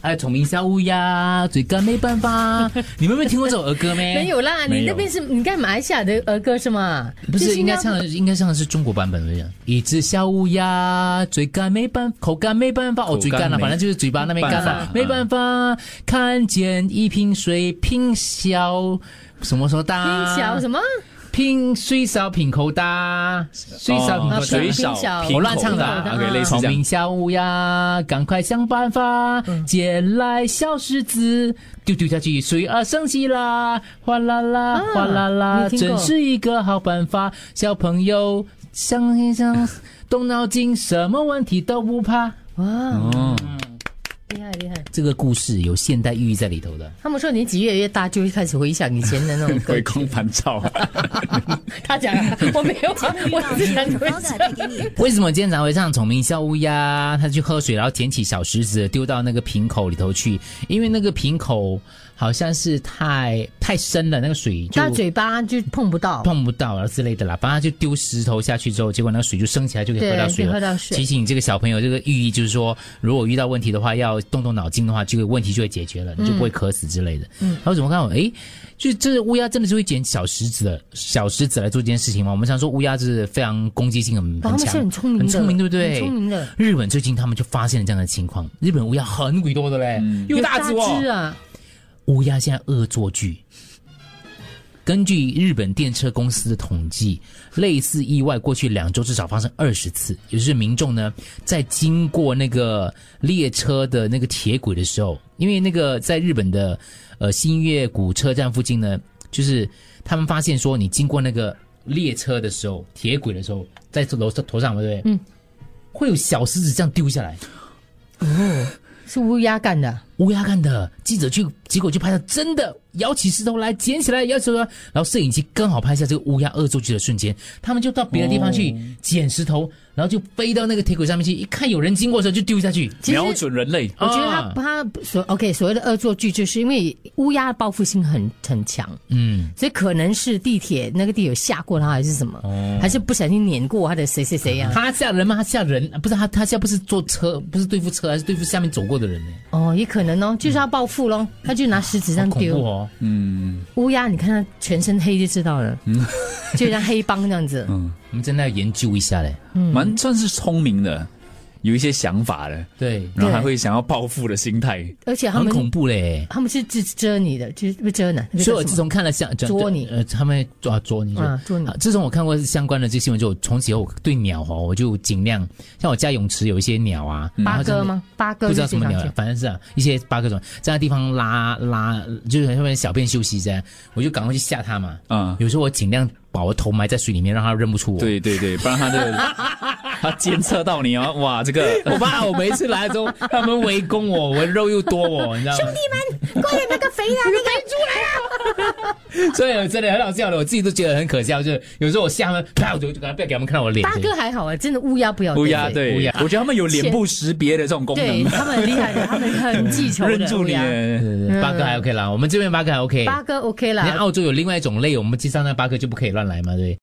哎，虫鸣小乌鸦，嘴干没办法。你们没听过这首儿歌没？没有啦，没你有那边是你看马来西亚的儿歌是吗？不，就是应该要唱的应该唱的是中国版本的。一只小乌鸦，嘴干没办，口干没办法，哦，口干嘴干了，没反正就是嘴巴那边干办了法，没办法。看见一瓶水，瓶小什么时候大？冰小什么？拼水少品口大，水少品口大。哦水平口少大平口我乱唱的啊大，OK，类似虫这鸣样。小乌鸦，赶快想办法，捡来小石子，丢丢下去，水儿升起啦，哗啦啦，啊哗啦啦，没听真过是一个好办法，小朋友想一想，动脑筋，什么问题都不怕。哇，哦，厉害厉害！这个故事有现代寓意在里头的，他们说年纪越来越大，就会开始回想以前的 那种歌回。光返照 啊，他讲啊，我没有啊，我只是想回高 想的。哦带给你。为什么今天才会唱《虫鸣小乌鸦》？他去喝水，然后捡起小石子丢到那个瓶口里头去，因为那个瓶口好像是太太深了，那个水就他嘴巴就碰不到，碰不到啊之类的啦，反正就丢石头下去之后，结果那个水就升起来，就可以喝到水了。对可以喝到水提醒这个小朋友，这个寓意就是说，如果遇到问题的话，要动动脑筋的话，这个问题就会解决嗯了，你就不会渴死之类的。嗯，然后怎么看我？诶，就这乌鸦真的是会捡小石子的，小石子来做这件事情吗？我们常说乌鸦是非常攻击性很很哇哦他们是强，很聪明的很聪明，对不对？很聪明的。日本最近他们就发现了这样的情况，日本乌鸦很鬼多的嘞，又有大只哦，只啊，乌鸦现在恶作剧。根据日本电车公司的统计，类似意外过去两周至少发生二十次。也就是民众呢，在经过那个列车的那个铁轨的时候，因为那个在日本的呃新月谷车站附近呢，就是他们发现说，你经过那个列车的时候，铁轨的时候，在楼上头上，对不对？嗯，会有小石子这样丢下来。是乌鸦干的。乌鸦干的。记者去，结果就拍到真的摇起石头来，捡起来，摇起石头来，然后摄影机刚好拍下这个乌鸦恶作剧的瞬间，他们就到别的地方哦去捡石头，然后就飞到那个铁轨上面去，一看有人经过的时候就丢下去。其实瞄准人类。我觉得啊他他所 OK 所谓的恶作剧，就是因为乌鸦的报复心很很强，嗯，所以可能是地铁那个地铁吓过他，还是什么，哦还是不小心碾过他的谁谁谁呀、他吓人吗？他吓人？啊不是他，他现在不是坐车，不是对付车，还是对付下面走过的人呢？哦，也可能哦，就是要报复咯，他就拿石子这嗯样好恐丢。怖哦！嗯，乌鸦，你看它全身黑就知道了，嗯 就像黑帮那样子。我们真的要研究一下嘞。蛮算是聪明的，有一些想法的，对，然后对还会想要报复的心态。而且他很们恐怖嘞。他们是只遮你的，就是不遮呢。那个所以我叫自什么从看了相捉你呃，他们抓捉你，啊捉你啊自从我看过相关的这个新闻之后，从此以后我对鸟哦，我就尽量像我家泳池有一些鸟啊，八哥吗？八哥不知道是什么这鸟样了子，反正是啊，一些八哥种在那地方拉拉，就是在外面小便休息这样，我就赶快去吓它嘛。啊有时候我尽量把我头埋在水里面，让它认不出我。，对对对，不然他 的他监测到你哦，哇， 这个 我怕我每一次来的时候，他们围攻我，我肉又多我，你知道 吗？那个 肥男，那个所以真的很好笑的，我自己都觉得很可笑。就是有时候我吓他们，啪，我就就赶快不要给他们看到我脸。八哥还好啊，真的乌鸦不要乌鸦，对对，乌鸦我觉得他们有脸部识别的这种功对能，他们很厉害的，他们很记仇 认的住乌你鸦。的。对对八哥还 OK 嗯啦，我们这边八哥还 OK。八哥 OK 你看啦，澳洲有另外一种类，我们街上那八哥就不可以乱来嘛，对不对？